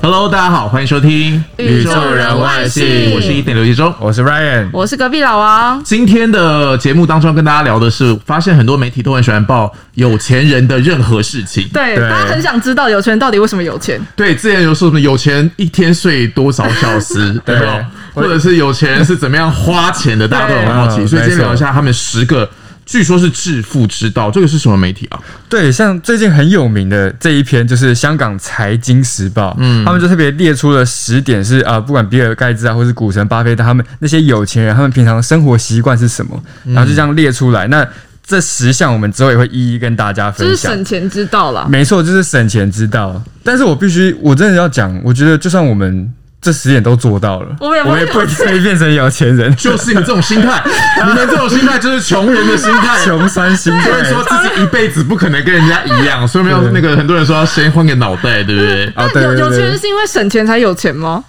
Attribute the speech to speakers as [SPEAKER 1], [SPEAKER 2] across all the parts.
[SPEAKER 1] Hello，大家好，欢迎收听《
[SPEAKER 2] 宇宙人外星
[SPEAKER 1] 我是一点刘其中。
[SPEAKER 3] 我是 Ryan。
[SPEAKER 2] 我是隔壁老王。
[SPEAKER 1] 今天的节目当中要跟大家聊的是，发现很多媒体都很喜欢报有钱人的任何事情。
[SPEAKER 2] 对，
[SPEAKER 3] 对
[SPEAKER 2] 大家很想知道有钱人到底为什么有钱。
[SPEAKER 1] 对，之前有说什么有钱一天睡多少小时，
[SPEAKER 3] 对
[SPEAKER 1] 对吧？或者是有钱人是怎么样花钱的，大家都很好奇。
[SPEAKER 3] 嗯
[SPEAKER 1] 所以今
[SPEAKER 3] 没
[SPEAKER 1] 天
[SPEAKER 3] 错
[SPEAKER 1] 聊一下他们十个，据说是致富之道，这个是什么媒体啊？
[SPEAKER 3] 对，像最近很有名的这一篇就是香港财经时报，嗯，他们就特别列出了十点是啊、呃不管比尔盖茨啊，或是股神巴菲特他们那些有钱人，他们平常生活习惯是什么，
[SPEAKER 1] 嗯
[SPEAKER 3] 然后就这样列出来。那这十项我们之后也会一一跟大家
[SPEAKER 4] 就
[SPEAKER 3] 分
[SPEAKER 4] 是
[SPEAKER 3] 享。
[SPEAKER 4] 省钱之道啦。
[SPEAKER 3] 没错，就是省钱之道。但是我必须，我真的要讲，我觉得就算我们这十点都做到了，
[SPEAKER 4] 我们也不
[SPEAKER 3] 我也不会变成有钱人，
[SPEAKER 1] 就是你们这种心 态，你们这种心态就是穷人的心态。
[SPEAKER 3] 穷酸心
[SPEAKER 1] 就
[SPEAKER 3] 态
[SPEAKER 1] 是说自己一辈子不可能跟人家一样，所以没有那个很多人说要先换个脑袋，对不对？
[SPEAKER 3] 啊，对
[SPEAKER 4] 有
[SPEAKER 3] 对
[SPEAKER 4] 有钱
[SPEAKER 3] 对
[SPEAKER 4] 人。是因为省钱才有钱吗？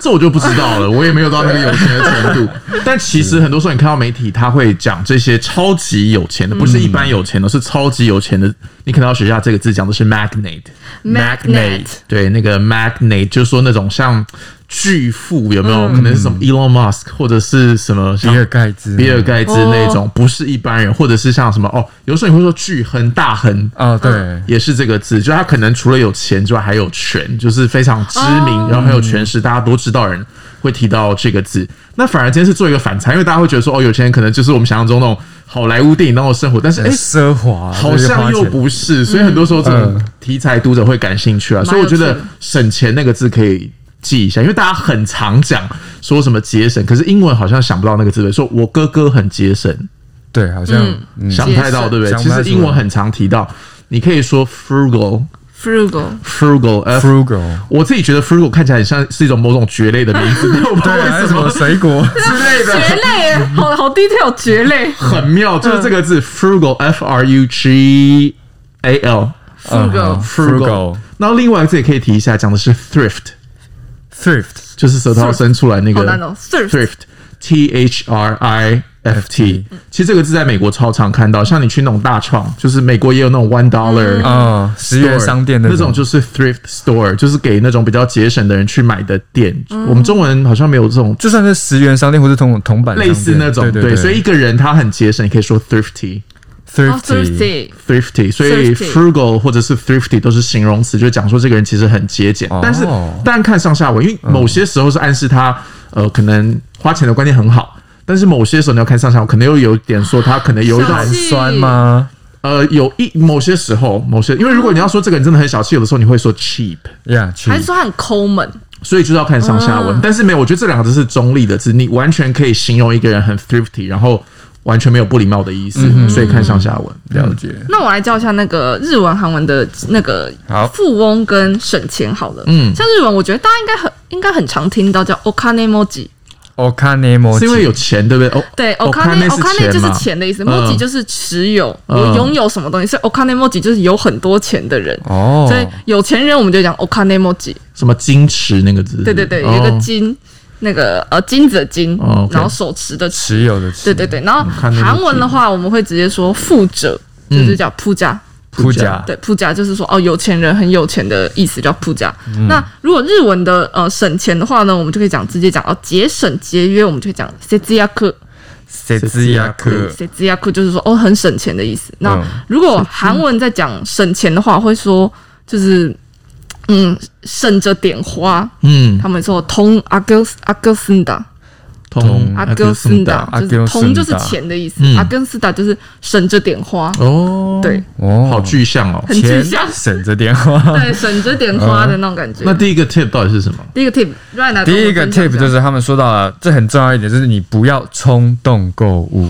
[SPEAKER 1] 这我就不知道了，我也没有到那个有钱的程度。但其实很多时候你看到媒体，他会讲这些超级有钱的，不是一般有钱的，是超级有钱的。你可能要学一下这个字，讲的是 magnate。
[SPEAKER 4] Magnate
[SPEAKER 1] 对，那个 magnate 就是说那种像巨富，有没有？可能是什么 Elon Musk 或者是什么
[SPEAKER 3] 嗯比
[SPEAKER 1] 像
[SPEAKER 3] 尔盖茨，
[SPEAKER 1] 比尔盖茨
[SPEAKER 3] 哦
[SPEAKER 1] 那种，不是一般人，或者是像什么哦，有时候你会说巨亨、大亨。嗯
[SPEAKER 3] 啊，对，
[SPEAKER 1] 也是这个字，就他可能除了有钱之外，还有权，就是非常知名，
[SPEAKER 3] 哦
[SPEAKER 1] 然后很有权势，大家都知道的人会提到这个字。那反而今天是做一个反差，因为大家会觉得说，哦，有钱人可能就是我们想象中那种好莱坞电影那种生活，但是哎、
[SPEAKER 3] 很奢华，啊
[SPEAKER 1] 好像又
[SPEAKER 3] 就是花钱
[SPEAKER 1] 不是，所以很多时候这种
[SPEAKER 3] 嗯
[SPEAKER 1] 题材读者会感兴趣啊。所以我觉
[SPEAKER 4] 蛮有趣
[SPEAKER 1] 得
[SPEAKER 4] 的
[SPEAKER 1] “省钱”那个字可以记一下，因为大家很常讲说什么节省，可是英文好像想不到那个字尾，说我哥哥很节省，
[SPEAKER 3] 对，好像嗯
[SPEAKER 1] 想不太到，对不对？
[SPEAKER 3] 想不
[SPEAKER 1] 其
[SPEAKER 3] 太
[SPEAKER 1] 实
[SPEAKER 3] 出来
[SPEAKER 1] 英文很常提到，你可以说 frugal。
[SPEAKER 4] Frugal，
[SPEAKER 1] frugal，呃
[SPEAKER 3] frugal，
[SPEAKER 1] 我自己觉得 frugal 看起来很像是一种某种蕨类的名字，但我不知道
[SPEAKER 3] 对，啊还
[SPEAKER 1] 为
[SPEAKER 3] 有
[SPEAKER 1] 什
[SPEAKER 3] 什
[SPEAKER 1] 么
[SPEAKER 3] 么水果？
[SPEAKER 1] 之类
[SPEAKER 4] 蕨
[SPEAKER 1] 的，
[SPEAKER 4] 类耶，好好 detail，蕨类
[SPEAKER 1] 很妙，
[SPEAKER 3] 嗯
[SPEAKER 1] 就是这个字 frugal，f r u g a l。
[SPEAKER 3] 嗯
[SPEAKER 4] Frugal
[SPEAKER 3] frugal
[SPEAKER 1] 那另外一个字也可以提一下，讲的是 thrift，
[SPEAKER 3] thrift
[SPEAKER 1] 就是舌头伸出来那
[SPEAKER 4] 好
[SPEAKER 1] 个
[SPEAKER 4] 难哦，thrift
[SPEAKER 1] thrift，t h r i f t。其实这个字在美国超常看到，像你去那种大创，就是美国也有那种 one dollar
[SPEAKER 3] 啊，十元商店
[SPEAKER 1] 那
[SPEAKER 3] 种
[SPEAKER 1] 种就是 thrift store，就是给那种比较节省的人去买的店。
[SPEAKER 4] 嗯
[SPEAKER 1] 我们中文好像没有这种
[SPEAKER 3] 就算是十元商店或是同铜板商店
[SPEAKER 1] 类似那种，
[SPEAKER 3] 对
[SPEAKER 1] 对，所以一个人他很节省，你可以说 thrifty。
[SPEAKER 4] 哦
[SPEAKER 3] thrifty
[SPEAKER 4] ，thrifty，
[SPEAKER 1] thrifty，所以
[SPEAKER 4] Thrifty
[SPEAKER 1] frugal 或者是 thrifty 都是形容词，就讲说这个人其实很节俭。
[SPEAKER 3] 哦
[SPEAKER 1] 但是当然看上下文，因为
[SPEAKER 4] 嗯
[SPEAKER 1] 某些时候是暗示他呃可能花钱的观念很好，但是某些时候你要看上下文，可能又有一点说他可能有一种
[SPEAKER 4] 小气
[SPEAKER 3] 酸吗？
[SPEAKER 1] 呃有一某些时候某些，因为如果你要说这个人真的很小气，有的时候你会说 cheap，
[SPEAKER 3] 呀，去
[SPEAKER 4] 还是说他很抠门？
[SPEAKER 1] 所以就是要看上下
[SPEAKER 4] 嗯
[SPEAKER 1] 文。但是没有，我觉得这两个字是中立的字，你完全可以形容一个人很 thrifty，然后完全没有不礼貌的意思，
[SPEAKER 4] 嗯
[SPEAKER 1] 所以看上下文。
[SPEAKER 3] 了解。
[SPEAKER 4] 那我来教一下那个日文、韩文的那个
[SPEAKER 3] 好
[SPEAKER 4] 富翁跟省钱好了。
[SPEAKER 1] 嗯
[SPEAKER 4] 像日文，我觉得大家应该很应该很常听到叫 okane moji，
[SPEAKER 3] o k a n e m o
[SPEAKER 1] 是因为有钱，对不对？哦，
[SPEAKER 4] 嗯对
[SPEAKER 1] 哦
[SPEAKER 4] ，okane
[SPEAKER 1] 是钱
[SPEAKER 4] okane 就是
[SPEAKER 1] 嘛
[SPEAKER 4] 钱的意思
[SPEAKER 1] 嗯
[SPEAKER 4] ，moji 就是持有，我
[SPEAKER 1] 嗯
[SPEAKER 4] 拥有什么东西，所以 okane moji 就是有很多钱的人。
[SPEAKER 3] 哦，
[SPEAKER 4] 所以有钱人我们就讲 okane moji。
[SPEAKER 1] 什么矜持那个字？
[SPEAKER 4] 对对对，
[SPEAKER 1] 哦
[SPEAKER 4] 有一个金，那个呃金子的金，
[SPEAKER 1] 哦，OK
[SPEAKER 4] 然后手持的持，
[SPEAKER 3] 持有的持
[SPEAKER 4] 对对对。然后
[SPEAKER 1] 看那个
[SPEAKER 4] 韩文的话，我们会直接说富者，就是
[SPEAKER 1] 嗯
[SPEAKER 4] 叫富家。
[SPEAKER 3] 铺甲
[SPEAKER 4] 对，富家就是说哦，有钱人很有钱的意思叫富家。那如果日文的呃省钱的话呢，我们就可以讲直接讲哦，节省节约，我们就会讲 s e z i a k
[SPEAKER 3] 塞兹亚克
[SPEAKER 4] s e z i a k 就是说哦，很省钱的意思。那
[SPEAKER 3] 嗯
[SPEAKER 4] 如果韩文在讲省钱的话，会说就是嗯，省着点花，
[SPEAKER 1] 嗯，
[SPEAKER 4] 他们说通阿哥阿哥森达
[SPEAKER 1] 通
[SPEAKER 4] 阿哥森达，
[SPEAKER 3] 阿
[SPEAKER 4] 就
[SPEAKER 3] 哥
[SPEAKER 4] 是
[SPEAKER 3] 森达
[SPEAKER 4] 通就是钱的意思，
[SPEAKER 1] 嗯
[SPEAKER 4] 阿哥森达就是省着点花，
[SPEAKER 1] 哦，
[SPEAKER 4] 对，
[SPEAKER 3] 哦，
[SPEAKER 1] 好具象哦。
[SPEAKER 4] 很
[SPEAKER 3] 钱
[SPEAKER 4] 具象，
[SPEAKER 3] 省着点花。
[SPEAKER 4] 对，省着点花的那种感觉
[SPEAKER 1] 那。第一个 tip 到底是什么？
[SPEAKER 4] 第一个 tip，Ryan 来跟我
[SPEAKER 3] 第一
[SPEAKER 4] 们
[SPEAKER 3] 个
[SPEAKER 4] 分享
[SPEAKER 3] tip 就是他们说到了，这很重要一点，就是你不要冲动购物。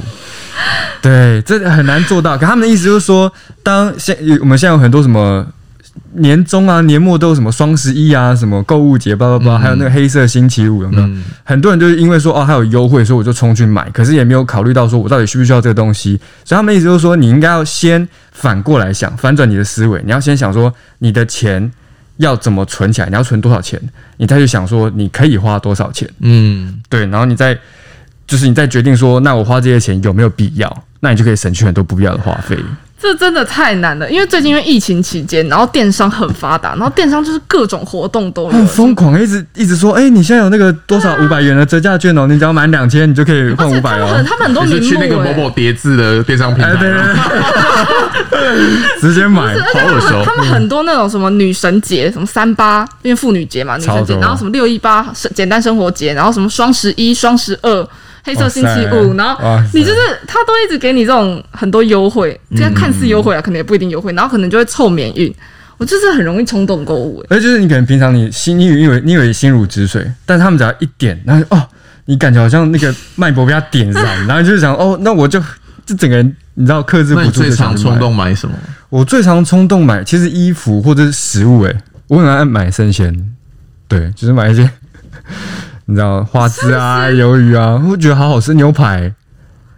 [SPEAKER 3] 对，这很难做到。可他们的意思就是说，当现我们现在有很多什么年终啊、年末都有什么双十一啊、什么购物节，叭叭
[SPEAKER 4] 嗯
[SPEAKER 3] 叭，还有那个黑色星期五，有没有？很多人就是因为说哦，还有优惠，所以我就冲去买，可是也没有考虑到说我到底需不需要这个东西。所以他们意思就是说，你应该要先反过来想，反转你的思维，你要先想说你的钱。要怎么存起来？你要存多少钱？你再去想说你可以花多少钱。
[SPEAKER 1] 嗯，
[SPEAKER 3] 对，然后你再就是你再决定说，那我花这些钱有没有必要？那你就可以省去很多不必要的花费。
[SPEAKER 5] 这真的太难了，因为最近因为疫情期间，然后电商很发达，然后电商就是各种活动都有，
[SPEAKER 3] 很疯狂，一直一直说，哎、你现在有那个多少五百元的折价券哦，你只要满两千，你就可以换
[SPEAKER 5] 而且
[SPEAKER 3] 五
[SPEAKER 5] 他
[SPEAKER 3] 百
[SPEAKER 5] 们
[SPEAKER 3] 哦
[SPEAKER 5] 很，他们很多
[SPEAKER 1] 就是去那
[SPEAKER 5] 名
[SPEAKER 1] 个
[SPEAKER 5] 目
[SPEAKER 1] 某
[SPEAKER 5] 哎、
[SPEAKER 1] 某叠字的电商平
[SPEAKER 3] 哎，
[SPEAKER 1] 台
[SPEAKER 3] 对对
[SPEAKER 1] 吗，
[SPEAKER 3] 对直接买，
[SPEAKER 5] 而且
[SPEAKER 1] 好
[SPEAKER 3] 嗯
[SPEAKER 1] 耳熟
[SPEAKER 5] 他们很多那种什么女神节，什么三八，因为妇女节嘛，女神
[SPEAKER 3] 超
[SPEAKER 5] 节，
[SPEAKER 3] 多
[SPEAKER 5] 然后什么六一八简单生活节，然后什么双十一、双十二、黑色星期五，
[SPEAKER 3] 哇塞
[SPEAKER 5] 然后
[SPEAKER 3] 哇塞
[SPEAKER 5] 你就是他都一直给你这种很多优惠，这样看似优
[SPEAKER 3] 嗯
[SPEAKER 5] 惠啊，可能也不一定优惠，然后可能就会凑免运。我就是很容易冲动购物、哎
[SPEAKER 3] 而就是你可能平常你心你以为你以为心如止水，但他们只要一点，然后就哦，你感觉好像那个脉搏被他点燃， 然后你就想哦，那我就就整个人你知道克制不
[SPEAKER 1] 那你
[SPEAKER 3] 住
[SPEAKER 1] 最
[SPEAKER 3] 就想
[SPEAKER 1] 常
[SPEAKER 3] 去
[SPEAKER 1] 冲
[SPEAKER 3] 买
[SPEAKER 1] 动买什么？
[SPEAKER 3] 我最常冲动买其实衣服或者是食物、欸，我很爱买生鲜，对，就是买一些 你知道花枝啊、鱿鱼啊，我觉得好好吃，牛排。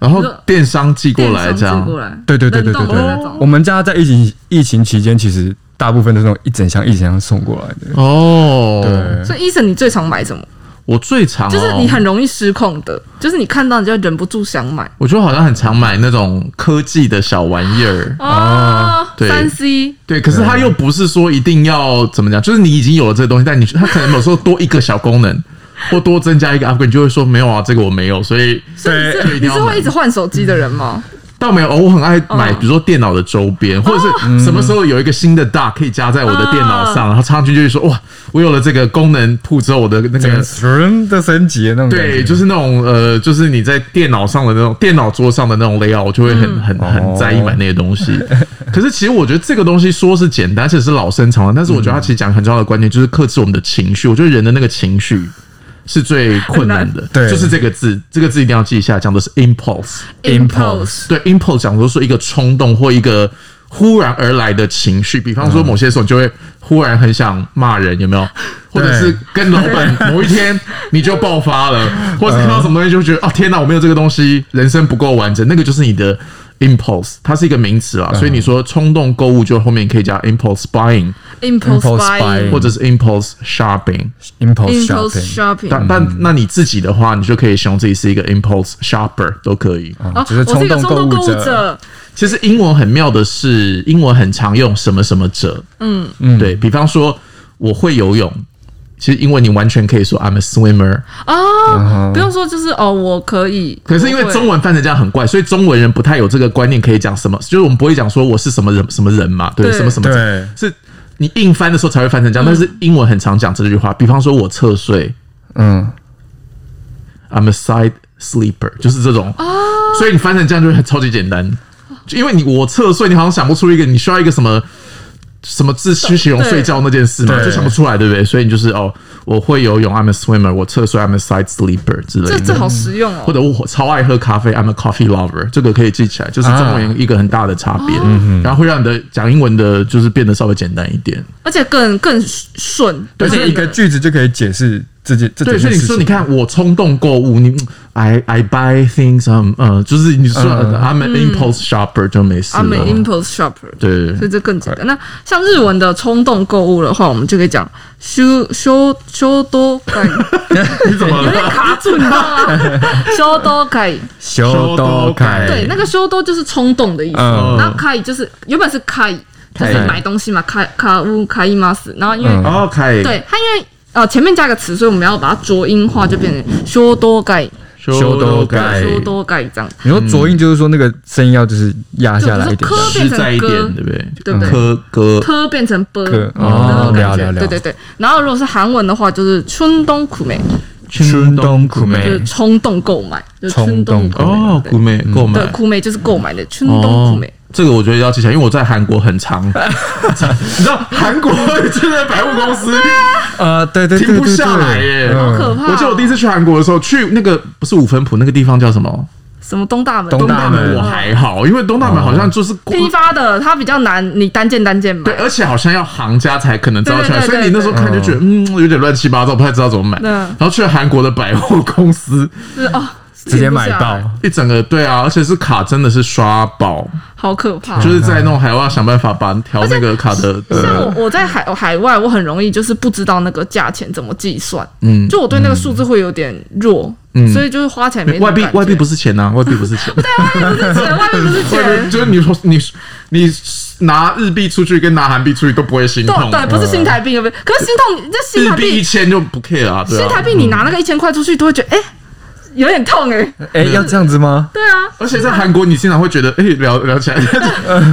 [SPEAKER 1] 然后
[SPEAKER 5] 你说
[SPEAKER 1] 电商寄过
[SPEAKER 5] 欸电
[SPEAKER 1] 来
[SPEAKER 5] 商
[SPEAKER 1] 这样
[SPEAKER 5] 寄，过来，
[SPEAKER 3] 对对对对对
[SPEAKER 5] 冷冻的那
[SPEAKER 3] 对
[SPEAKER 5] 种，
[SPEAKER 3] 我们家在疫情疫情期间，其实大部分都是那种一整箱一整箱送过来的。
[SPEAKER 1] 哦，
[SPEAKER 3] 对，
[SPEAKER 5] 所以医生，你最常买什么？
[SPEAKER 1] 我最常哦
[SPEAKER 5] 就是你很容易失控的，就是你看到你就忍不住想买
[SPEAKER 1] 我觉得好像很常买那种科技的小玩意儿，
[SPEAKER 5] 啊，
[SPEAKER 1] 对
[SPEAKER 5] 三 C
[SPEAKER 1] 对，可是它又不是说一定要怎么讲，就是你已经有了这个东西，但你它可能有时候多一个小功能， 或多增加一个 upgrade，你就会说没有啊，这个我没有，所以
[SPEAKER 5] 所以
[SPEAKER 1] 对
[SPEAKER 5] 你是
[SPEAKER 1] 一
[SPEAKER 5] 你
[SPEAKER 1] 定
[SPEAKER 5] 是
[SPEAKER 1] 要买
[SPEAKER 5] 会一直换手机的人吗？
[SPEAKER 1] 倒没有。哦我很爱买，
[SPEAKER 5] 哦
[SPEAKER 1] 比如说电脑的周边，或者
[SPEAKER 3] 哦
[SPEAKER 1] 是什么时候有一个新的 dock 可以加在我的电脑
[SPEAKER 3] 嗯
[SPEAKER 1] 上，然后插上去就会说哇，我有了这个功能库之后，我的那
[SPEAKER 3] 整个
[SPEAKER 1] 个。
[SPEAKER 3] 人的升级的那种感觉。
[SPEAKER 1] 对，就是那种呃，就是你在电脑上的那种电脑桌上的那种 layout，我就会
[SPEAKER 3] 嗯
[SPEAKER 1] 很很
[SPEAKER 3] 哦
[SPEAKER 1] 很在意买那些东 西。可是其实我觉得这个东西说是简单，其实是老生常谈，但是我觉得它其实讲很重要的观念就是克制我们的情绪。我觉得人的那个情绪。是最困难的，
[SPEAKER 3] 对
[SPEAKER 1] 就是这个字，这个字一定要记一下，讲的是 impulse。
[SPEAKER 3] Impulse
[SPEAKER 1] 对 impulse 讲说是一个冲动或一个忽然而来的情绪，比方说某些时候你就会忽然很想骂人，有没有？或者是跟老板某一天你就爆发了，或者是看到什么东西就会觉得哦天哪，我没有这个东西，人生不够完整，那个就是你的 impulse，它是一个名词啊，所以你说冲动购物就后面可以加 impulse buying
[SPEAKER 3] Impulse
[SPEAKER 5] impulse buying
[SPEAKER 3] buying
[SPEAKER 1] 或者是 impulse shopping。
[SPEAKER 3] impulse
[SPEAKER 5] impulse
[SPEAKER 3] shopping，
[SPEAKER 5] shopping
[SPEAKER 1] 但。但那你自己的话，你就可以形容自己是一个 impulse shopper 都可以。
[SPEAKER 3] 哦
[SPEAKER 5] 哦，
[SPEAKER 3] 就是
[SPEAKER 5] 我是
[SPEAKER 3] 冲
[SPEAKER 5] 一个
[SPEAKER 3] 动
[SPEAKER 5] 冲
[SPEAKER 3] 购
[SPEAKER 5] 动
[SPEAKER 3] 物
[SPEAKER 5] 购物
[SPEAKER 3] 者。
[SPEAKER 5] 者，
[SPEAKER 1] 其实英文很妙的是，英文很常用什么什么者，嗯嗯，对比方说我会游泳，其实英文你完全可以说 I'm a swimmer，
[SPEAKER 5] 哦，不用说，就是哦，我可以。
[SPEAKER 1] 嗯可是因为
[SPEAKER 5] 我会
[SPEAKER 1] 中文翻成这样很怪，所以中文人不太有这个观念，可以讲什么，就是我们不会讲说我是什么人什么人嘛，对，
[SPEAKER 5] 对
[SPEAKER 1] 什么什么者，
[SPEAKER 3] 对，
[SPEAKER 1] 是你硬翻的时候才会翻成这样，但是英文很常讲这句话，比方说我侧睡
[SPEAKER 3] 嗯，
[SPEAKER 1] I'm a side sleeper，就是这
[SPEAKER 5] 哦
[SPEAKER 1] 种，所以你翻成这样就会很超级简单，就因为你我侧睡，你好像想不出一个你需要一个什么。什么字去形容
[SPEAKER 5] 对
[SPEAKER 1] 睡觉那件事嘛，
[SPEAKER 3] 对
[SPEAKER 1] 就想不出来，对不对？所以你就是哦，我会游泳，I'm a swimmer；我侧睡，I'm a side sleeper 之类
[SPEAKER 5] 这
[SPEAKER 1] 的。
[SPEAKER 5] 这好实用
[SPEAKER 1] 嗯或
[SPEAKER 5] 哦。
[SPEAKER 1] 者我超爱喝咖啡，I'm a coffee lover，这个可以记起来，就是中文一个很大的差别，
[SPEAKER 5] 哦
[SPEAKER 1] 然后会让你的讲英文的，就是变得稍微简单一点。
[SPEAKER 5] 而且更更顺，
[SPEAKER 3] 而
[SPEAKER 5] 对
[SPEAKER 3] 且一个句子就可以解释这件这
[SPEAKER 1] 对，
[SPEAKER 3] 整
[SPEAKER 1] 所
[SPEAKER 3] 件
[SPEAKER 1] 以你
[SPEAKER 3] 事
[SPEAKER 1] 说，
[SPEAKER 3] 情
[SPEAKER 1] 你。看我冲动购物，你 I I buy things，嗯嗯，就是你说
[SPEAKER 3] 嗯
[SPEAKER 1] I'm an impulse shopper 就没事了。
[SPEAKER 5] I'm an impulse shopper，
[SPEAKER 1] 啊对
[SPEAKER 5] 所以这更简单。那像日文的冲动购物的话，我们就可以讲修修修多改，
[SPEAKER 1] 你怎么
[SPEAKER 5] 有点
[SPEAKER 1] 了？
[SPEAKER 5] 卡住，你知道 吗？修多改，
[SPEAKER 3] 修都开，
[SPEAKER 1] 哎
[SPEAKER 5] 对，那个修多就是冲动的意思，
[SPEAKER 3] 嗯
[SPEAKER 5] 然后开就是原本是开，就是
[SPEAKER 1] 开
[SPEAKER 5] 买东西嘛，开卡乌开伊马斯，然后因为、
[SPEAKER 3] 嗯
[SPEAKER 1] 哦，可以。
[SPEAKER 5] 对它因为呃前面加个词，所以我们要把它浊音化，就变成修多改，
[SPEAKER 3] 修都改
[SPEAKER 5] 修多改这样，
[SPEAKER 3] 你说浊音就是说那个声音要就是压
[SPEAKER 5] 就
[SPEAKER 3] 下
[SPEAKER 5] 比
[SPEAKER 3] 来一
[SPEAKER 5] 如
[SPEAKER 3] 点
[SPEAKER 5] 说，科
[SPEAKER 1] 实
[SPEAKER 5] 变
[SPEAKER 1] 在
[SPEAKER 5] 成
[SPEAKER 1] 一点，
[SPEAKER 5] 歌，
[SPEAKER 1] 对不对？
[SPEAKER 5] 对不对？
[SPEAKER 1] 科歌
[SPEAKER 5] 科变成波
[SPEAKER 3] 嗯科
[SPEAKER 5] 嗯那
[SPEAKER 3] 哦
[SPEAKER 5] 种感
[SPEAKER 3] 了
[SPEAKER 5] 觉，
[SPEAKER 3] 了了
[SPEAKER 5] 对对对。然后如果是韩文的话，就是春冬苦美，
[SPEAKER 3] 春冬苦
[SPEAKER 5] 就
[SPEAKER 3] 梅
[SPEAKER 5] 是冲动购买，就是
[SPEAKER 3] 冲
[SPEAKER 5] 春
[SPEAKER 3] 动
[SPEAKER 5] 冬
[SPEAKER 3] 购
[SPEAKER 5] 购
[SPEAKER 3] 买
[SPEAKER 5] 买
[SPEAKER 1] 哦，
[SPEAKER 5] 对
[SPEAKER 1] 古美购买
[SPEAKER 5] 对，苦美就是购买的春冬
[SPEAKER 1] 哦
[SPEAKER 5] 苦美。，
[SPEAKER 1] 这个我觉得要记起来，因为我在韩国很 常，你知道韩国真的百货公 司
[SPEAKER 3] 呃，对对对
[SPEAKER 1] 停
[SPEAKER 3] 对
[SPEAKER 1] 不
[SPEAKER 3] 对，
[SPEAKER 1] 下来耶
[SPEAKER 3] 嗯
[SPEAKER 5] 好可怕哦！
[SPEAKER 1] 我记得我第一次去韩国的时候，去那个不是五分埔那个地方叫什么？
[SPEAKER 5] 什么东大门，
[SPEAKER 3] 东
[SPEAKER 1] 东
[SPEAKER 3] 大
[SPEAKER 1] 大
[SPEAKER 3] 门
[SPEAKER 1] 门我还好，因为东大门好像就是光
[SPEAKER 5] 批发的它比较难，你单件单件买
[SPEAKER 1] 对，。而且好像要行家才可能招出来，
[SPEAKER 5] 对对对
[SPEAKER 1] 所以你那时候看就觉得嗯有点乱七八糟，不太知道怎么买。
[SPEAKER 5] 嗯
[SPEAKER 1] 然后去了韩国的百货公司，
[SPEAKER 5] 是哦，
[SPEAKER 3] 直接买
[SPEAKER 5] 到，
[SPEAKER 3] 到，
[SPEAKER 1] 一整个对啊，而且是卡真的是刷爆，
[SPEAKER 5] 好可怕。
[SPEAKER 1] 就是在那种海外想办法把调那个卡的。
[SPEAKER 5] 嗯像
[SPEAKER 1] 呃
[SPEAKER 5] 我我在海海外，我很容易就是不知道那个价钱怎么计算，
[SPEAKER 1] 嗯
[SPEAKER 5] 就我对那个数字会有点弱，所以就是花起来没什么
[SPEAKER 1] 外币
[SPEAKER 5] 感觉
[SPEAKER 1] 外币不是 钱呐、啊外币不是钱，
[SPEAKER 5] 不是钱，外币不是
[SPEAKER 1] 外币
[SPEAKER 5] 钱，
[SPEAKER 1] 就是你说你你拿日币出去跟拿韩币出去都不会心痛
[SPEAKER 5] 对，对，不是新台币，不是可是心痛，这新
[SPEAKER 1] 日
[SPEAKER 5] 台
[SPEAKER 1] 币一
[SPEAKER 5] 币，
[SPEAKER 1] 千就不 care 啊，对
[SPEAKER 5] 新台
[SPEAKER 1] 啊。
[SPEAKER 5] 币你拿那个一千块出去，都会觉得哎、有点痛哎、
[SPEAKER 3] 哎，要这样子吗？
[SPEAKER 5] 对啊，
[SPEAKER 1] 而且在韩国，你经常会觉得，哎、聊聊 起来，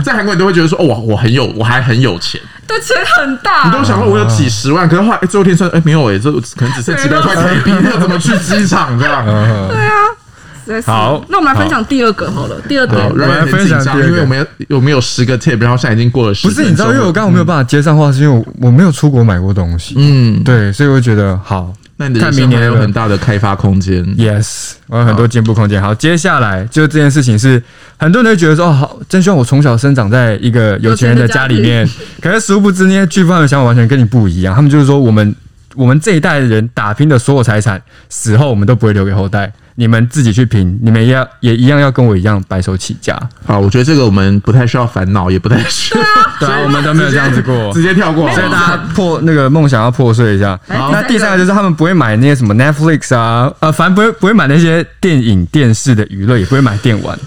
[SPEAKER 1] 在韩国你都会觉得说，哦，我我很有，我还很有钱，
[SPEAKER 5] 对钱很
[SPEAKER 1] 你都
[SPEAKER 5] 大，
[SPEAKER 1] 想说我有
[SPEAKER 3] 啊
[SPEAKER 1] 几十万，可是后来、哎最后天算，哎、没有哎、这可能只剩几百块台币，要怎么去机场这 样？
[SPEAKER 5] 实在是
[SPEAKER 3] 好
[SPEAKER 5] 那我们来分享第二个好了，第二
[SPEAKER 1] 对，
[SPEAKER 5] 个
[SPEAKER 3] 我
[SPEAKER 1] 让
[SPEAKER 3] 来
[SPEAKER 1] 人很
[SPEAKER 3] 分
[SPEAKER 1] 紧
[SPEAKER 3] 享
[SPEAKER 1] 张，
[SPEAKER 3] 第二个
[SPEAKER 1] 因为我们有我们有十个 tip，然后现在已经过了十
[SPEAKER 3] 不是，
[SPEAKER 1] 分钟了，
[SPEAKER 3] 你知道，因为我刚刚没有办法接上话，是因为我我没有出国买过东西，
[SPEAKER 1] 嗯，
[SPEAKER 3] 对，所以我觉得好
[SPEAKER 1] 那你的
[SPEAKER 3] 看
[SPEAKER 1] 人
[SPEAKER 3] 明
[SPEAKER 1] 生
[SPEAKER 3] 年
[SPEAKER 1] 还有
[SPEAKER 3] 的
[SPEAKER 1] 很大的开发空间。
[SPEAKER 3] ，yes，我有很多进步空间。好，接下来就这件事情是很多人会觉得说，哦，好，真希望我从小生长在一个有钱人的家里面， 可是殊不知那些巨富他们的想法完全跟你不一样，他们就是说我们我们这一代人打拼的所有财产，死后我们都不会留给后代。你们自己去拼，你们也要也一样要跟我一样白手起家。
[SPEAKER 1] 好，我觉得这个我们不太需要烦恼，也不太 需要
[SPEAKER 3] 对啊，我啊们都没有这样子过，
[SPEAKER 1] 直接 跳过。
[SPEAKER 3] 所以大家破那个梦想要破碎一下。哎
[SPEAKER 5] 好
[SPEAKER 3] 那第三个就是他们不会买那些什么 Netflix 啊，呃，反正不会不会买那些电影、电视的娱乐，也不会买电玩。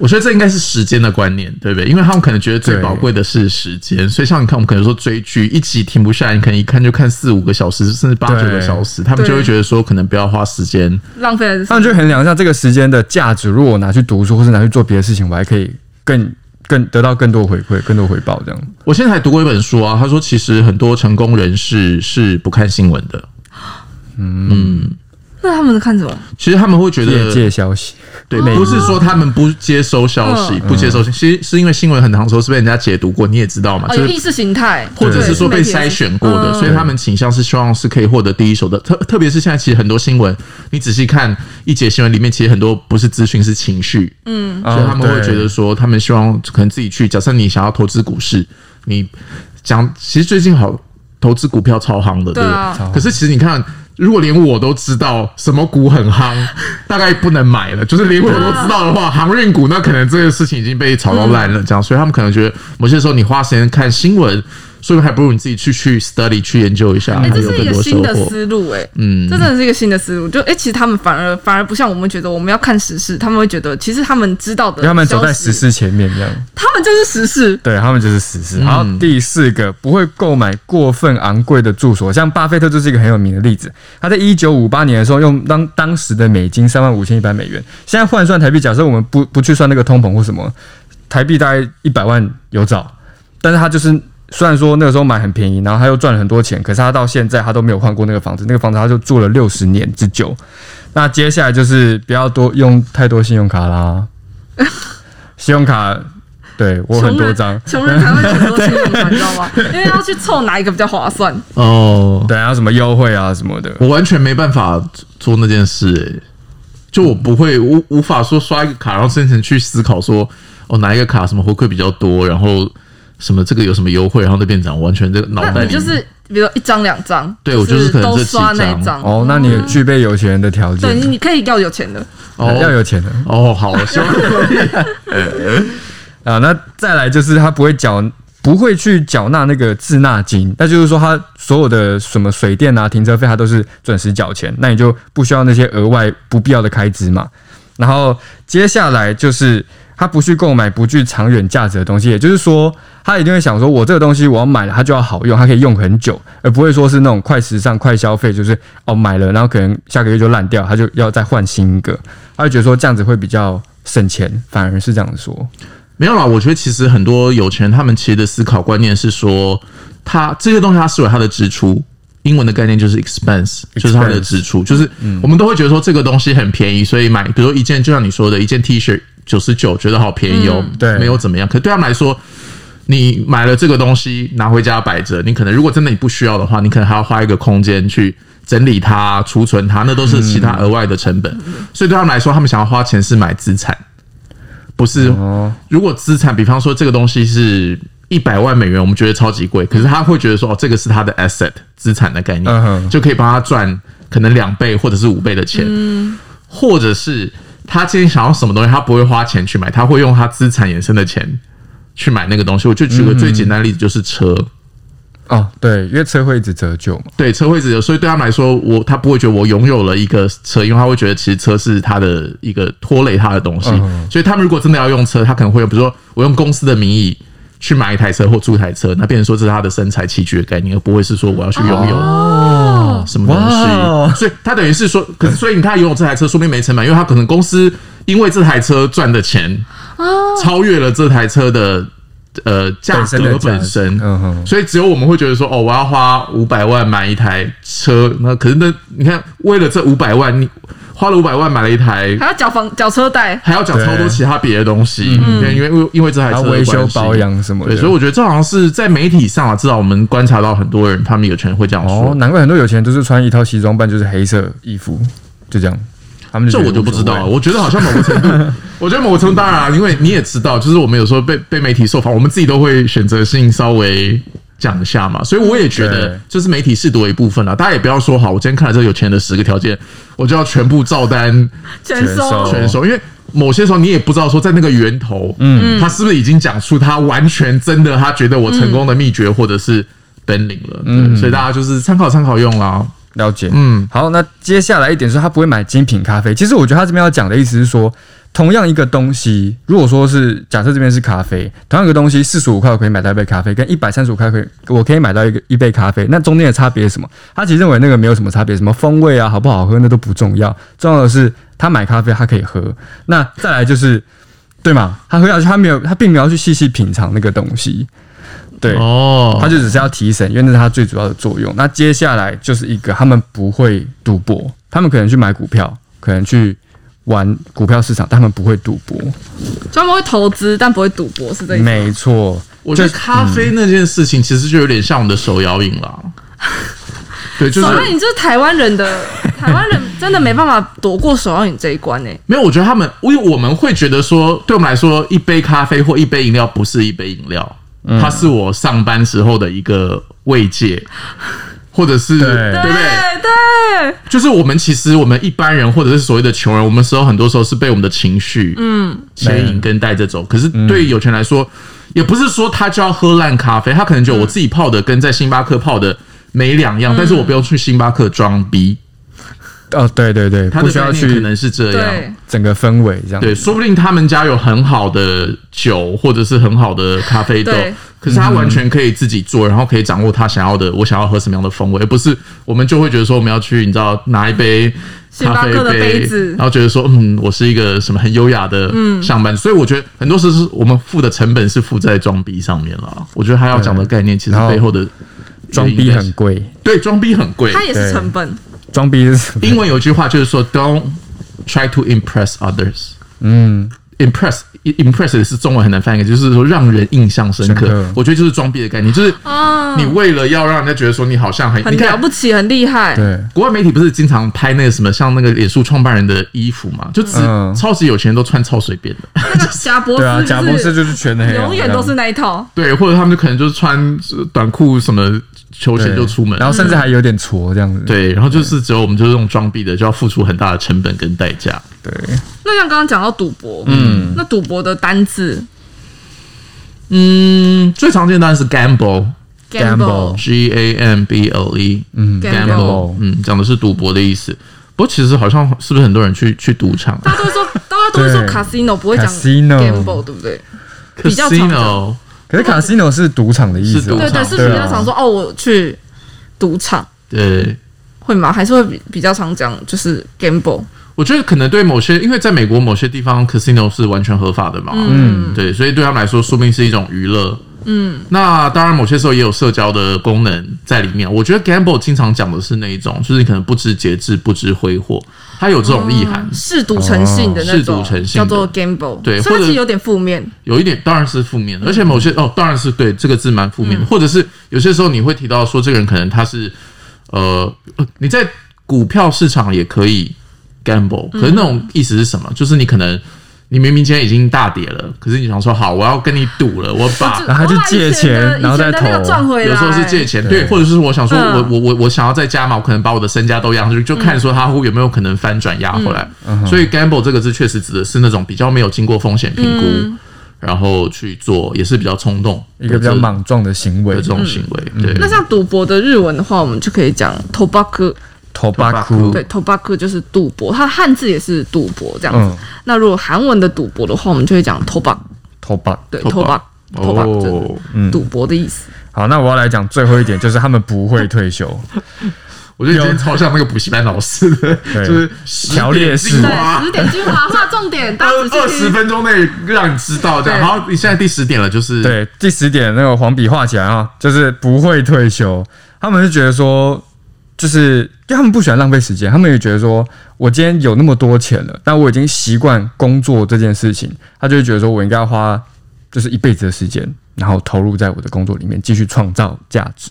[SPEAKER 1] 我觉得这应该是时间的观念，对不对？因为他们可能觉得最
[SPEAKER 3] 对
[SPEAKER 1] 宝贵的是时间，所以像你看，我们可能说追剧一集停不下来，你可能一看就看四五个小时，甚至八九
[SPEAKER 3] 对
[SPEAKER 1] 个小时，他们就会觉得说可能不要花时间。
[SPEAKER 5] 浪费了
[SPEAKER 3] 他们就衡量一下这个时间的价值，如果我拿去读书或是拿去做别的事情，我还可以更更得到更多回馈、更多回报这样。
[SPEAKER 1] 我现在还读过一本书啊，他说其实很多成功人士是不看新闻的，
[SPEAKER 5] 那他们看什么？
[SPEAKER 1] 其实他们会觉
[SPEAKER 3] 业
[SPEAKER 1] 得
[SPEAKER 3] 界消息，
[SPEAKER 1] 对，
[SPEAKER 3] 美嗯
[SPEAKER 1] 不是说他们不接收消息，不接收信，其实是因为新闻很长时候是被人家解读过，你也知道嘛，
[SPEAKER 5] 哦，
[SPEAKER 1] 就
[SPEAKER 5] 有
[SPEAKER 1] 是
[SPEAKER 5] 意识形态，
[SPEAKER 1] 或者是说被
[SPEAKER 5] 对
[SPEAKER 1] 筛选过
[SPEAKER 5] 嗯
[SPEAKER 1] 的，所以他们倾向是希望是可以获得第一手的。特特别是现在，其实很多新闻，你仔细看一节新闻里面，其实很多不是资讯，是情绪，嗯，所以他
[SPEAKER 3] 啊
[SPEAKER 1] 们会觉得说，他们希望可能自己去。假设你想要投资股市，你讲，其实最近好投资股票超夯的，对
[SPEAKER 5] 对
[SPEAKER 1] 不
[SPEAKER 5] 啊
[SPEAKER 1] 对？可是其实你看。如果连我都知道什么股很夯，大概不能买了。就是连我都知道的
[SPEAKER 5] 啊
[SPEAKER 1] 话，航运股那可能这个事情已经被炒到烂
[SPEAKER 5] 嗯
[SPEAKER 1] 了，这样，所以他们可能觉得某些时候你花时间看新闻，说明还不如你自己去去 study 去研究一下，
[SPEAKER 5] 哎、
[SPEAKER 1] 会
[SPEAKER 5] 这
[SPEAKER 1] 有
[SPEAKER 5] 是一
[SPEAKER 1] 更
[SPEAKER 5] 个
[SPEAKER 1] 多
[SPEAKER 5] 新
[SPEAKER 1] 收
[SPEAKER 5] 的
[SPEAKER 1] 获。
[SPEAKER 5] 思路哎、
[SPEAKER 1] 嗯
[SPEAKER 5] 这真的是一个新的思路。就哎、其实他们反而反而不像我们觉得我们要看时事，他们会觉得其实他们知道的，
[SPEAKER 3] 让他们走在时，事前面这样。
[SPEAKER 5] 他们就是时事。
[SPEAKER 3] 对他们就是实施。然后第四个，不会购买过分昂贵的住所，像巴菲特就是一个很有名的例子。他在一九五八年的时候，用当当时的美金三万五千一百美元，现在换算台币，假设我们不不去算那个通膨或什么，台币大概一百万有找，但是他就是。虽然说那个时候买很便宜，然后他又赚了很多钱，可是他到现在他都没有换过那个房子，那个房子他就住了六十年之久。那接下来就是不要多用太多信用卡啦，信用卡对我很
[SPEAKER 5] 穷
[SPEAKER 3] 多
[SPEAKER 5] 人
[SPEAKER 3] 张，
[SPEAKER 5] 穷人才会很多信用 卡，你知道吗？因为要去凑哪一个比较划算。
[SPEAKER 1] 哦，
[SPEAKER 3] 对啊，什么优惠啊什么的。
[SPEAKER 1] 我完全没办法做那件事、欸，就我不会无无法说刷一个卡，然后深层去思考说，哦，哪一个卡什么回馈比较多，然后什么这个有什么优惠，然后那变成完全这个脑
[SPEAKER 5] 那
[SPEAKER 1] 袋
[SPEAKER 5] 你
[SPEAKER 1] 里
[SPEAKER 5] 就是比如说一张两张，
[SPEAKER 1] 对我就是可能
[SPEAKER 5] 都
[SPEAKER 1] 这几
[SPEAKER 5] 刷那一
[SPEAKER 1] 张
[SPEAKER 5] 张。
[SPEAKER 3] 哦，那你有具备有钱人的条件
[SPEAKER 5] 对，，你你可以要有钱的，
[SPEAKER 3] 啊要
[SPEAKER 1] 哦
[SPEAKER 3] 有钱的
[SPEAKER 1] 哦，好，希望
[SPEAKER 3] 啊。那再来就是他不会缴，不会去缴纳那个滞纳金，那就是说他所有的什么水电啊、停车费，他都是准时缴钱，那你就不需要那些额外不必要的开支嘛。然后接下来就是他不去购买不具长远价值的东西，也就是说，他一定会想说，我这个东西我要买了，它就要好用，它可以用很久，而不会说是那种快时尚、快消费，就是哦买了，然后可能下个月就烂掉，他就要再换新一个，他会觉得说这样子会比较省钱，反而是这样说。
[SPEAKER 1] 没有啦，我觉得其实很多有钱人他们其实的思考观念是说，他这些东西他视为他的支出。英文的概念就是 expense，就是他的支出，就是我们都会觉得说这个东西很便宜，所以买，比如说一件，就像你说的，一件 T 恤九十九，觉得好便宜哦，
[SPEAKER 3] 对
[SPEAKER 1] 没有怎么样。可对他们来说，你买了这个东西拿回家摆着，你可能如果真的你不需要的话，你可能还要花一个空间去整理它、储存它，那都是其他额外的成本。所以对他们来说，他们想要花钱是买资产，不是
[SPEAKER 3] 哦，
[SPEAKER 1] 如果资产，比方说这个东西是一百万美元，我们觉得超级贵，可是他会觉得说，哦，这个是他的 asset 资产的概念，
[SPEAKER 3] 嗯哼
[SPEAKER 1] 就可以帮他赚可能两倍或者是五倍的钱，
[SPEAKER 3] 嗯
[SPEAKER 1] 或者是他今天想要什么东西，他不会花钱去买，他会用他资产衍生的钱去买那个东西。我就举个最
[SPEAKER 3] 嗯
[SPEAKER 1] 简单的例子，就是车。
[SPEAKER 3] 哦，对，因为车会一直折旧嘛。
[SPEAKER 1] 对车会只有，所以对他们来说，我他不会觉得我拥有了一个车，因为他会觉得其实车是他的一个拖累他的东西。
[SPEAKER 3] 嗯
[SPEAKER 1] 所以他们如果真的要用车，他可能会有比如说我用公司的名义去买一台车或租一台车，那变成说这是他的身材器具的概念，而不会是说我要去拥有什么东西。
[SPEAKER 3] 哇哦
[SPEAKER 1] 所以他等于是说，可是所以你看他拥有这台车，说明没成本，因为他可能公司因为这台车赚的钱
[SPEAKER 3] 哦
[SPEAKER 1] 超越了这台车的。呃，价
[SPEAKER 3] 本身的
[SPEAKER 1] 格
[SPEAKER 3] 价
[SPEAKER 1] 本
[SPEAKER 3] 值
[SPEAKER 1] 身，
[SPEAKER 3] 嗯哼
[SPEAKER 1] 所以只有我们会觉得说，哦，我要花五百万买一台车，那可是那你看，为了这五百万，你花了五百万买了一台，
[SPEAKER 5] 还要缴房缴车贷，
[SPEAKER 1] 还要讲超多其他别的东西，因为因为因为因为这台
[SPEAKER 3] 还
[SPEAKER 1] 车
[SPEAKER 3] 要
[SPEAKER 1] 的
[SPEAKER 3] 嗯维修
[SPEAKER 1] 关系
[SPEAKER 3] 保。养什么的。
[SPEAKER 1] 对，所以我觉得这好像是在媒体上啊，至少我们观察到很多人，他们有权会这样说。
[SPEAKER 3] 哦，难怪很多有钱人都是穿一套西装，不然就是黑色衣服，就这样。他们
[SPEAKER 1] 这
[SPEAKER 3] 就觉
[SPEAKER 1] 我
[SPEAKER 3] 得
[SPEAKER 1] 就不
[SPEAKER 3] 无所
[SPEAKER 1] 知道了。
[SPEAKER 3] 谓。
[SPEAKER 1] 我觉得好像某个程度，我觉得某个程度当然、啊，因为你也知道，就是我们有时候被被媒体受访，我们自己都会选择性稍微讲一下嘛。所以我也觉得
[SPEAKER 3] 对，
[SPEAKER 1] 就是媒体是多一部分啊啦。大家也不要说好，我今天看了这个有钱人的十个条件，我就要全部照单
[SPEAKER 5] 全
[SPEAKER 3] 全收
[SPEAKER 5] 收。
[SPEAKER 1] 全收，因为。某些时候你也不知道说在那个源头，嗯，他是不是已经讲出他完全真的他觉得我成功的秘诀或者是本领了，嗯，所以大家就是参考参考用啦，
[SPEAKER 3] 了解，
[SPEAKER 1] 嗯
[SPEAKER 3] 嗯，好，那接下来一点是他不会买精品咖啡。其实我觉得他这边要讲的意思是说，同样一个东西，如果说是假设这边是咖啡，同样一个东西四十五块我可以买到一杯咖啡，跟一百三十五块可以我可以买到一个一杯咖啡，那中间的差别是什么？他其实认为那个没有什么差别，什么风味啊好不好喝那都不重要，重要的是他买咖啡他可以喝。那再来就是，对嘛？他喝下去他没有他并没有去细细品尝那个东西，对，
[SPEAKER 1] 哦
[SPEAKER 3] 他就只是要提神，因为那是它最主要的作用。那接下来就是一个他们不会赌博，他们可能去买股票，可能去玩股票市场，但他们不会赌博。
[SPEAKER 5] 就他们会投资，但不会赌博，是这意思吗。
[SPEAKER 3] 没错，
[SPEAKER 1] 我觉得
[SPEAKER 3] 就
[SPEAKER 1] 咖啡那件事情其实就有点像我们的手摇饮啦。 对，就是
[SPEAKER 5] 所以你就是台湾人的台湾人，真的没办法躲过首要你这一关呢、欸
[SPEAKER 1] 没有。我觉得他们，因为我们会觉得说，对我们来说，一杯咖啡或一杯饮料不是一杯饮料，
[SPEAKER 5] 嗯
[SPEAKER 1] 它是我上班时候的一个慰藉，或者是
[SPEAKER 3] 对
[SPEAKER 1] 对不对？
[SPEAKER 5] 对，
[SPEAKER 1] 就是我们其实我们一般人或者是所谓的穷人，我们时候很多时候是被我们的情绪嗯牵引跟带着
[SPEAKER 3] 嗯
[SPEAKER 1] 走。可是对于有钱人来说，也不是说他就要喝烂咖啡，他可能觉得我自己泡的跟在星巴克泡的没两样，但是我不用去星巴克装逼，
[SPEAKER 3] 哦，对对对，
[SPEAKER 1] 他
[SPEAKER 3] 不
[SPEAKER 1] 的
[SPEAKER 3] 需
[SPEAKER 1] 概
[SPEAKER 3] 要
[SPEAKER 1] 念可
[SPEAKER 3] 去
[SPEAKER 1] 能是这样
[SPEAKER 5] 对。
[SPEAKER 3] 整个氛围这样。
[SPEAKER 5] 嗯
[SPEAKER 1] 对，说不定他们家有很好的酒，或者是很好的咖啡豆
[SPEAKER 5] 对，
[SPEAKER 1] 可是他完全可以自己做，然后可以掌握他想要的，我想要喝什么样的风味，而不是我们就会觉得说我们要去，你知道拿一杯
[SPEAKER 5] 星
[SPEAKER 1] 咖
[SPEAKER 5] 巴
[SPEAKER 1] 啡
[SPEAKER 5] 克的杯子嗯
[SPEAKER 1] 然后觉得说嗯，我是一个什么很优雅的上班，所以我觉得很多时候是我们付的成本是付在装逼上面了。我觉得他要讲的概念其实
[SPEAKER 3] 然后
[SPEAKER 1] 背后的
[SPEAKER 3] 装逼很贵，
[SPEAKER 1] 对，装逼很贵。
[SPEAKER 5] 它也是成本。
[SPEAKER 3] 装逼是 什么
[SPEAKER 1] 英文有句话就是说 "Don't try to impress others"。
[SPEAKER 3] 嗯，
[SPEAKER 1] impress impress 也是中文很难翻译，就是说让人印象深
[SPEAKER 3] 深
[SPEAKER 1] 刻。
[SPEAKER 3] 刻
[SPEAKER 1] 我觉得就是装逼的概念，就是
[SPEAKER 5] 啊
[SPEAKER 1] 你为了要让人家觉得说你好像很，
[SPEAKER 5] 很
[SPEAKER 1] 你
[SPEAKER 5] 了
[SPEAKER 1] 看
[SPEAKER 5] 不起，很厉害。
[SPEAKER 3] 对，
[SPEAKER 1] 国外媒体不是经常拍那个什么像那个脸书创办人的衣服嘛，就只、
[SPEAKER 3] 嗯
[SPEAKER 1] 超级有钱人都穿超随便的，
[SPEAKER 5] 那个贾博
[SPEAKER 3] 对啊，
[SPEAKER 5] 士，
[SPEAKER 3] 贾博士就是啊全黑啊，
[SPEAKER 5] 永远都是那一套。
[SPEAKER 1] 对，或者他们就可能就是穿呃短裤什么球
[SPEAKER 3] 这样
[SPEAKER 1] 鞋就出门，
[SPEAKER 3] 对然后甚至还有点挫这样子。
[SPEAKER 1] 对，然后就是只有我们就是这种装逼的，就要付出很大的成本跟代价。
[SPEAKER 3] 对，
[SPEAKER 5] 那像刚刚讲到赌博，嗯，那赌博的单字
[SPEAKER 1] 嗯，最常见当然是 gamble。
[SPEAKER 3] Gamble
[SPEAKER 1] G A M B L E，嗯
[SPEAKER 5] Gamble
[SPEAKER 3] 哦
[SPEAKER 1] ，gamble，嗯，讲的是赌博的意思。不过其实好像是不是很多人去去赌场啊
[SPEAKER 5] 大家都会 说，大家都会说
[SPEAKER 3] 对
[SPEAKER 5] casino，不会讲
[SPEAKER 3] Casino
[SPEAKER 5] gamble，对不对？比较常见
[SPEAKER 1] ？casino
[SPEAKER 3] 可是 casino 是赌场的意
[SPEAKER 1] 是
[SPEAKER 3] 思
[SPEAKER 1] 赌
[SPEAKER 3] 哦，
[SPEAKER 5] 对对，
[SPEAKER 1] 场
[SPEAKER 5] 是
[SPEAKER 3] 对啊
[SPEAKER 5] 比较常说哦，我去赌场
[SPEAKER 1] 对，
[SPEAKER 5] 会吗？还是会比比较常讲就是 gamble，
[SPEAKER 1] 我觉得可能对某些，因为在美国某些地方 casino 是完全合法的嘛，嗯，对，所以对他们来说，说不定是一种娱乐。嗯，那当然，某些时候也有社交的功能在里面。我觉得 gamble 经常讲的是那一种，就是你可能不知节制、不知挥霍，它有这种意涵。
[SPEAKER 5] 嗜赌成性的那
[SPEAKER 1] 哦嗜赌
[SPEAKER 5] 种
[SPEAKER 1] 成，性
[SPEAKER 5] 叫
[SPEAKER 1] 的
[SPEAKER 5] 做 gamble。
[SPEAKER 1] 对
[SPEAKER 5] 所以
[SPEAKER 1] 或者
[SPEAKER 5] 它其实有点负面。
[SPEAKER 1] 有一点当然是负面的，而且某些哦，当然是对这个字蛮负面的，或者是有些时候你会提到说，这个人可能他是呃，你在股票市场也可以 gamble，可是那种意思是什么？就是你可能你明明今天已经大跌了，可是你想说好，我要跟你赌了，我把
[SPEAKER 3] 然后他去借钱然后再
[SPEAKER 5] 再
[SPEAKER 3] 投
[SPEAKER 5] 赚回来，
[SPEAKER 1] 有时候是借钱，对，或者是我想说
[SPEAKER 5] 嗯
[SPEAKER 1] 我，我我我想要再加码，我可能把我的身家都压上去，就看说它会有没有可能翻转压回来。
[SPEAKER 3] 嗯
[SPEAKER 1] 所以 gamble 这个字确实指的是那种比较没有经过风险评估，
[SPEAKER 5] 嗯
[SPEAKER 1] 然后去做，也是比较冲动
[SPEAKER 3] 一个比较
[SPEAKER 1] 的这
[SPEAKER 3] 莽撞的嗯行为
[SPEAKER 1] 的这。种行为。对，
[SPEAKER 5] 嗯那像赌博的日文的话，我们就可以讲 tobacco，
[SPEAKER 3] 头巴哭
[SPEAKER 1] tobacco
[SPEAKER 5] 对，tobacco 就是赌博，它的汉字也是赌博这样子。
[SPEAKER 3] 嗯
[SPEAKER 5] 那如果韩文的赌博的话，我们就会讲 tobacco，
[SPEAKER 3] 头巴。
[SPEAKER 5] 对
[SPEAKER 1] tobacco
[SPEAKER 5] ，tobacco。tobacco 就是赌博的意思，
[SPEAKER 3] 好，那我要来讲最后一点，就是他们不会退休。
[SPEAKER 1] 我觉得今天超像那个补习班老师的，
[SPEAKER 3] 对
[SPEAKER 1] 就是10
[SPEAKER 3] 条列式
[SPEAKER 1] 点计划
[SPEAKER 5] 对，十点精华划重点，大
[SPEAKER 1] 二
[SPEAKER 5] 家
[SPEAKER 1] 二
[SPEAKER 5] 仔细
[SPEAKER 1] 十
[SPEAKER 5] 听。
[SPEAKER 1] 分钟内让你知道这样。
[SPEAKER 5] 对
[SPEAKER 1] 好，你现在第十点了，就是
[SPEAKER 3] 对，第十点那个黄笔画起来啊，就是不会退休。他们是觉得说，就是因为他们不喜欢浪费时间，他们也觉得说，我今天有那么多钱了，但我已经习惯工作这件事情，他就会觉得说我应该要花就是一辈子的时间，然后投入在我的工作里面，继续创造价值。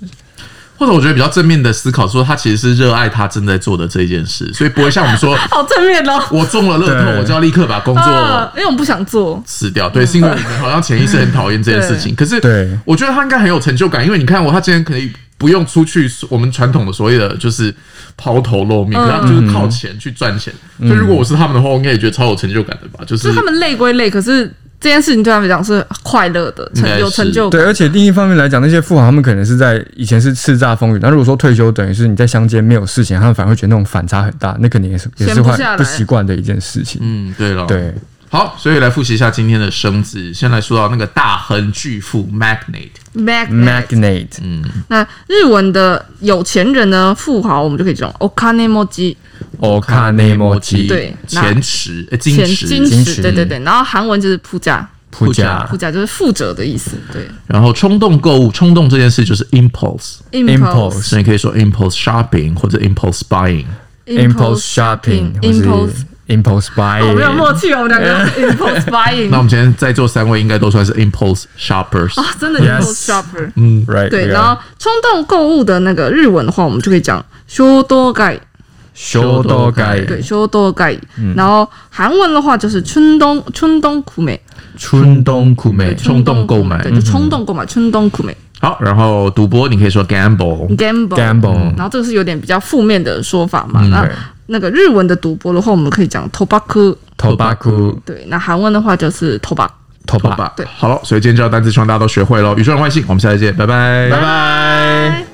[SPEAKER 1] 或者我觉得比较正面的思考，说他其实是热爱他正在做的这件事，所以不会像我们说，
[SPEAKER 5] 好正面哦，
[SPEAKER 1] 我中了乐
[SPEAKER 3] 对嗯
[SPEAKER 1] 透，我就要立刻把工
[SPEAKER 5] 啊
[SPEAKER 1] 作
[SPEAKER 5] 因为我们不想做，
[SPEAKER 1] 辞掉。对，是因为我们好像潜意识很讨厌这件事情。可是，
[SPEAKER 3] 对
[SPEAKER 1] 我觉得他应该很有成就感，因为你看我，他今天可以不用出去，我们传统的所谓的就是抛头露
[SPEAKER 3] 嗯
[SPEAKER 1] 面，可他们就是靠钱去赚钱。所以，如果我是他们的话，我应该也觉得超有成就感的吧？就是
[SPEAKER 5] 就是他
[SPEAKER 3] 嗯
[SPEAKER 5] 们累归累，可是这件事情对他们来讲是快乐的，
[SPEAKER 1] 应该
[SPEAKER 5] 成
[SPEAKER 1] 是
[SPEAKER 5] 有成就感。
[SPEAKER 3] 对，而且另一方面来讲，那些富豪他们可能是在以前是叱咤风云，那如果说退休，等于是你在乡间没有事情，他们反而会觉得那种反差很大，那肯定也是也是
[SPEAKER 5] 闲不
[SPEAKER 3] 会
[SPEAKER 5] 下来
[SPEAKER 3] 不习惯的一件事情。
[SPEAKER 1] 嗯，对了，。
[SPEAKER 3] 对，
[SPEAKER 1] 好，所以来复习一下今天的生字。先来说到那个大亨巨富 magnate，
[SPEAKER 5] Magnet
[SPEAKER 3] magnate，
[SPEAKER 5] 那日文的有钱人呢，富豪我们就可以讲 okane moji
[SPEAKER 3] お金持ち
[SPEAKER 1] 嗯
[SPEAKER 5] 对那
[SPEAKER 1] 钱池、呃金
[SPEAKER 5] 钱
[SPEAKER 1] 池、
[SPEAKER 5] 金
[SPEAKER 3] 金
[SPEAKER 5] 石，
[SPEAKER 3] 石啊
[SPEAKER 5] 对对对。然后韩文就是富家，
[SPEAKER 3] 不加
[SPEAKER 5] 富家就是富者的意思，对。
[SPEAKER 1] 然后冲动购物，冲动这件事就是 impulse，
[SPEAKER 3] Impulse
[SPEAKER 1] 哦所以你可以说 impulse shopping 或者 impulse buying。
[SPEAKER 3] impulse shopping 或是
[SPEAKER 5] impulse。
[SPEAKER 3] impulse
[SPEAKER 5] 我没有
[SPEAKER 3] buying。
[SPEAKER 5] 默契哦，我 们两个 impulse
[SPEAKER 1] 那我
[SPEAKER 5] buying
[SPEAKER 1] 们今天在座三位应该都算是 impulse shoppers。
[SPEAKER 5] 啊，真的
[SPEAKER 3] Yes
[SPEAKER 5] impulse shopper。
[SPEAKER 3] Right，啊
[SPEAKER 5] 对，
[SPEAKER 3] we are
[SPEAKER 5] 然后冲动购物的那个日文的话，我们就可以讲 shodo gai，
[SPEAKER 3] 衝動買い
[SPEAKER 5] 对 shodo gai。然
[SPEAKER 3] 嗯
[SPEAKER 5] 后韩文的话就是春冬春冬苦美，
[SPEAKER 3] 春冬苦美
[SPEAKER 1] 嗯
[SPEAKER 3] 嗯
[SPEAKER 1] 冲动购买
[SPEAKER 5] 对，就冲动购买春冬苦美
[SPEAKER 1] 好，然后赌博你可以说 gamble。
[SPEAKER 5] gamble。
[SPEAKER 3] gamble 嗯
[SPEAKER 5] 然后这个是有点比较负面的说法嘛。那
[SPEAKER 3] 对
[SPEAKER 5] 那个日文的赌博的话，我们可以讲 tobacco，
[SPEAKER 3] tobacco
[SPEAKER 5] 对，那韩文的话就是 tobacco。
[SPEAKER 1] 好
[SPEAKER 3] tobac。
[SPEAKER 1] 吧
[SPEAKER 5] 对，
[SPEAKER 1] 好了，所以今天这道单词希望大家都学会喽。宇宙人外星，我们下次见，拜拜，拜拜。
[SPEAKER 3] 拜。